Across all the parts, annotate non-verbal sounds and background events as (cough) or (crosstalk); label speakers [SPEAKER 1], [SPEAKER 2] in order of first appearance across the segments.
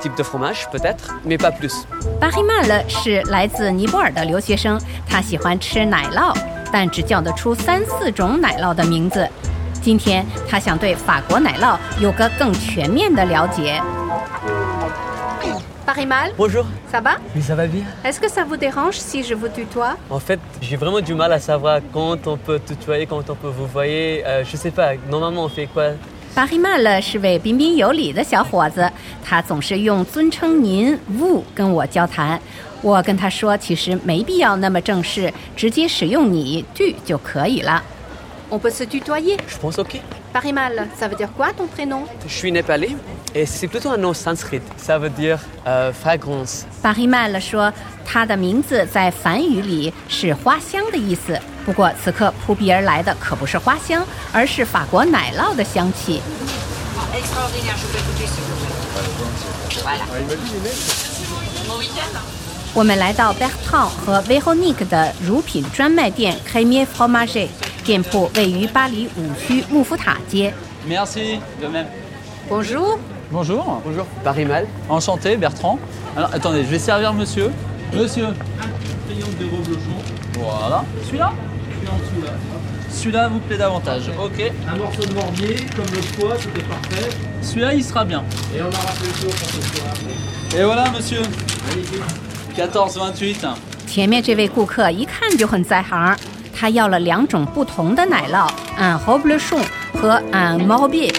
[SPEAKER 1] types de fromages peut-être, mais pas plus.
[SPEAKER 2] 巴黑曼勒是来自尼泊尔的留学生，他喜欢吃奶酪，但只叫得出三四种奶酪的名字。今天他想对法国奶酪有个更全面的了解。
[SPEAKER 3] Parimal,
[SPEAKER 1] Bonjour,
[SPEAKER 3] ça va
[SPEAKER 1] mais ça va bien
[SPEAKER 3] Est-ce que ça vous dérange si je vous tutoie
[SPEAKER 1] En fait, j'ai vraiment du mal à savoir quand on peut tutoyer, quand on peut vous voyer. Euh, je sais pas, normalement on fait quoi
[SPEAKER 2] 巴黑曼勒是位彬彬有礼的小伙子，他总是用尊称“您”“vous” 跟我交谈。我跟他说，其实没必要那么正式，直接使用你 tu 就可以了。
[SPEAKER 3] On peut se tutoyer.
[SPEAKER 1] Je pense ok.
[SPEAKER 3] Parimal, ça veut dire quoi ton prénom
[SPEAKER 1] Je suis népalais et c'est plutôt un nom sanskrit. Ça veut dire euh, fragrance.
[SPEAKER 2] 巴黑曼勒说，他的名字在梵语里是花香的意思。不过此刻扑鼻而来的可不是花香，而是法国奶酪的香气。我们来到 Bertrand 和 v e r o n i q u e 的乳品专卖店 c r e m i e Fromage，店铺位于巴黎五区穆夫塔街。
[SPEAKER 4] Merci, de même.
[SPEAKER 3] Bonjour.
[SPEAKER 4] Bonjour. Bonjour.
[SPEAKER 1] Parimal.
[SPEAKER 4] Enchanté, Bertrand. Alors, attendez, je vais servir monsieur. Monsieur. Voilà. Celui-là Celui-là vous plaît davantage. Ok.
[SPEAKER 5] Un morceau de morbier, comme le poids, tout est parfait.
[SPEAKER 4] Celui-là, il sera bien.
[SPEAKER 5] Et on aura fait le tour pour ce soir.
[SPEAKER 4] Et voilà, monsieur. 14,28.
[SPEAKER 2] 前面这位顾客一看就很在行，他要了两种不同的奶酪，un r o b l e c h o n 和嗯 un m o r b i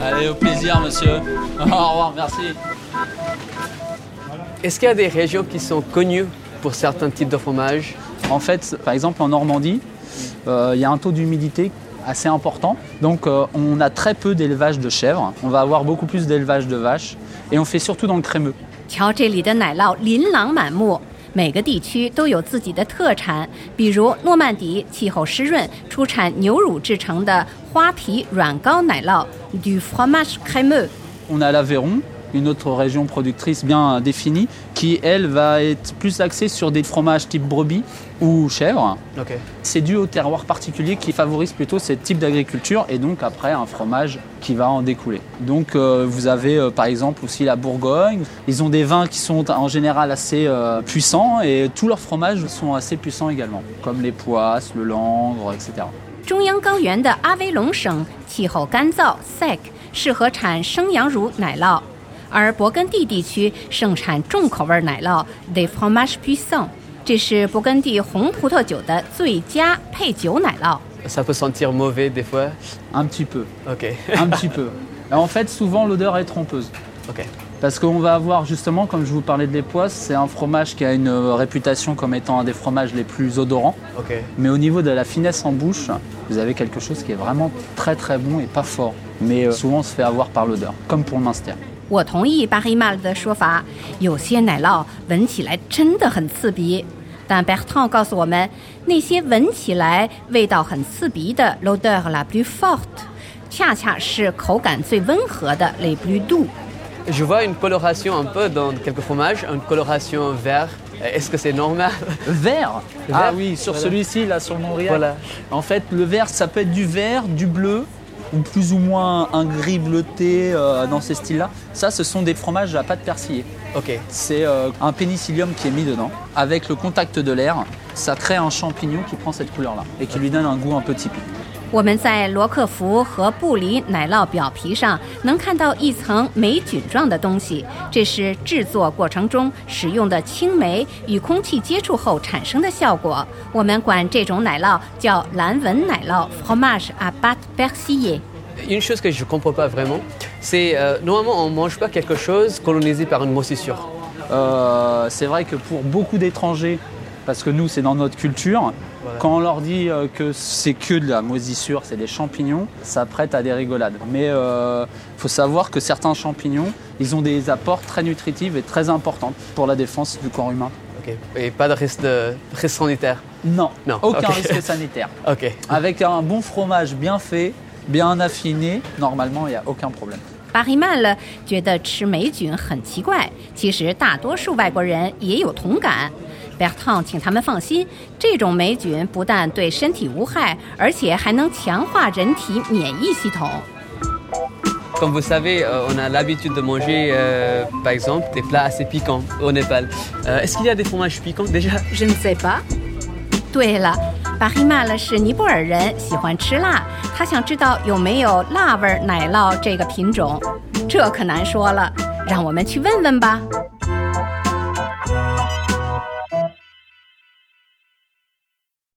[SPEAKER 4] Allez, au plaisir, monsieur. (laughs) Au revoir, merci.
[SPEAKER 1] Est-ce qu'il y a des régions qui sont connues pour certains types de fromages
[SPEAKER 4] En fait, par exemple, en Normandie, euh, il y a un taux d'humidité assez important. Donc, euh, on a très peu d'élevage de chèvres. On va avoir beaucoup plus d'élevage de vaches. Et on fait surtout dans le crémeux.
[SPEAKER 2] 瞧这里的奶酪琳琅满目，每个地区都有自己的特产，比如诺曼底气候湿润，出产牛乳制成的花皮软膏奶酪 （du fromage crémeux）。
[SPEAKER 4] On a l'Aveyron, une autre région productrice bien euh, définie, qui, elle, va être plus axée sur des fromages type brebis ou chèvre.
[SPEAKER 1] Ok.
[SPEAKER 4] C'est dû au terroir particulier qui favorise plutôt ce type d'agriculture et donc après un fromage qui va en découler. Donc euh, vous avez euh, par exemple aussi la Bourgogne. Ils ont des vins qui sont en général assez euh, puissants et tous leurs fromages sont assez puissants également, comme les poisses, le langre, etc.
[SPEAKER 2] 中央高原的阿威隆省气候干燥 （sec），适合产生羊乳奶酪，而勃艮第地区盛产重口味奶酪 （de fromage puissant），这是勃艮第红葡萄酒的最佳配酒奶酪。
[SPEAKER 1] Ça peut sentir mauvais des fois.
[SPEAKER 4] Un petit peu,
[SPEAKER 1] Ok.
[SPEAKER 4] un petit peu. Et en fait, souvent l'odeur est trompeuse.
[SPEAKER 1] (laughs) Ok.
[SPEAKER 4] Parce qu'on va avoir justement, comme je vous parlais de les poisses, c'est un fromage qui a une euh, réputation comme étant un des fromages les plus odorants.
[SPEAKER 1] Ok.
[SPEAKER 4] Mais au niveau de la finesse en bouche, vous avez quelque chose qui est vraiment très très bon et pas fort. Mais euh, souvent on se fait avoir par l'odeur, comme pour le minster.
[SPEAKER 2] 我同意巴黑曼勒的说法，有些奶酪闻起来真的很刺鼻。但 Bertrand 告诉我们，那些闻起来味道很刺鼻的 l'odeur la plus forte，恰恰是口感最温和的 les plus doux。
[SPEAKER 1] Je vois une coloration un peu dans quelques fromages, une coloration vert. Est-ce que c'est normal
[SPEAKER 4] Vert Ah
[SPEAKER 1] Vert,
[SPEAKER 4] oui, sur
[SPEAKER 1] voilà.
[SPEAKER 4] celui-ci, là, sur mon React.
[SPEAKER 1] Voilà.
[SPEAKER 4] En fait, le vert, ça peut être du vert, du bleu, ou plus ou moins un gris bleuté euh, dans ces styles-là. Ça, ce sont des fromages à pâte persillée.
[SPEAKER 1] (laughs) Ok.
[SPEAKER 4] C'est euh, un pénicillium qui est mis dedans. Avec le contact de l'air, ça crée un champignon qui prend cette couleur-là et qui lui donne un goût un peu typique.
[SPEAKER 2] 我们在罗克福和布里奶酪表皮上能看到一层霉菌状的东西，这是制作过程中使用的青霉与空气接触后产生的效果。我们管这种奶酪叫蓝纹奶酪 （fromage à pâte persillée）。
[SPEAKER 1] Une chose que je ne comprends pas vraiment, c'est euh, normalement on ne mange pas quelque chose colonisé par une moisissure.
[SPEAKER 4] Euh, c'est vrai que pour beaucoup d'étrangers, Parce que nous, c'est dans notre culture.
[SPEAKER 1] Voilà.
[SPEAKER 4] Quand on leur dit euh, que c'est que de la moisissure, c'est des champignons, ça prête à des rigolades. Mais il faut savoir que certains champignons, ils ont des apports très nutritifs et très importants pour la défense du corps humain.
[SPEAKER 1] Ok. Et pas de risque, de risque sanitaire.
[SPEAKER 4] Non,
[SPEAKER 1] Non,
[SPEAKER 4] aucun
[SPEAKER 1] ok.
[SPEAKER 4] risque sanitaire.
[SPEAKER 1] Ok.
[SPEAKER 4] Avec un bon fromage bien fait, bien affiné, normalement, il n'y a aucun problème.
[SPEAKER 2] 巴黑曼了觉得吃霉菌很奇怪，其实大多数外国人也有同感。Bertrand 请他们放心，这种霉菌不但对身体无害，而且还能强化人体免疫系统。
[SPEAKER 1] Comme vous savez, euh, on a l'habitude de manger, euh, par exemple, des plats assez piquants au Népal. Euh, Est-ce qu'il y a des fromages piquants déjà
[SPEAKER 3] Je ne sais pas.
[SPEAKER 2] 对了，巴黑曼了是尼泊尔人，喜欢吃辣。他想知道有没有辣味儿奶酪这个品种，这可难说了。让我们去问问吧。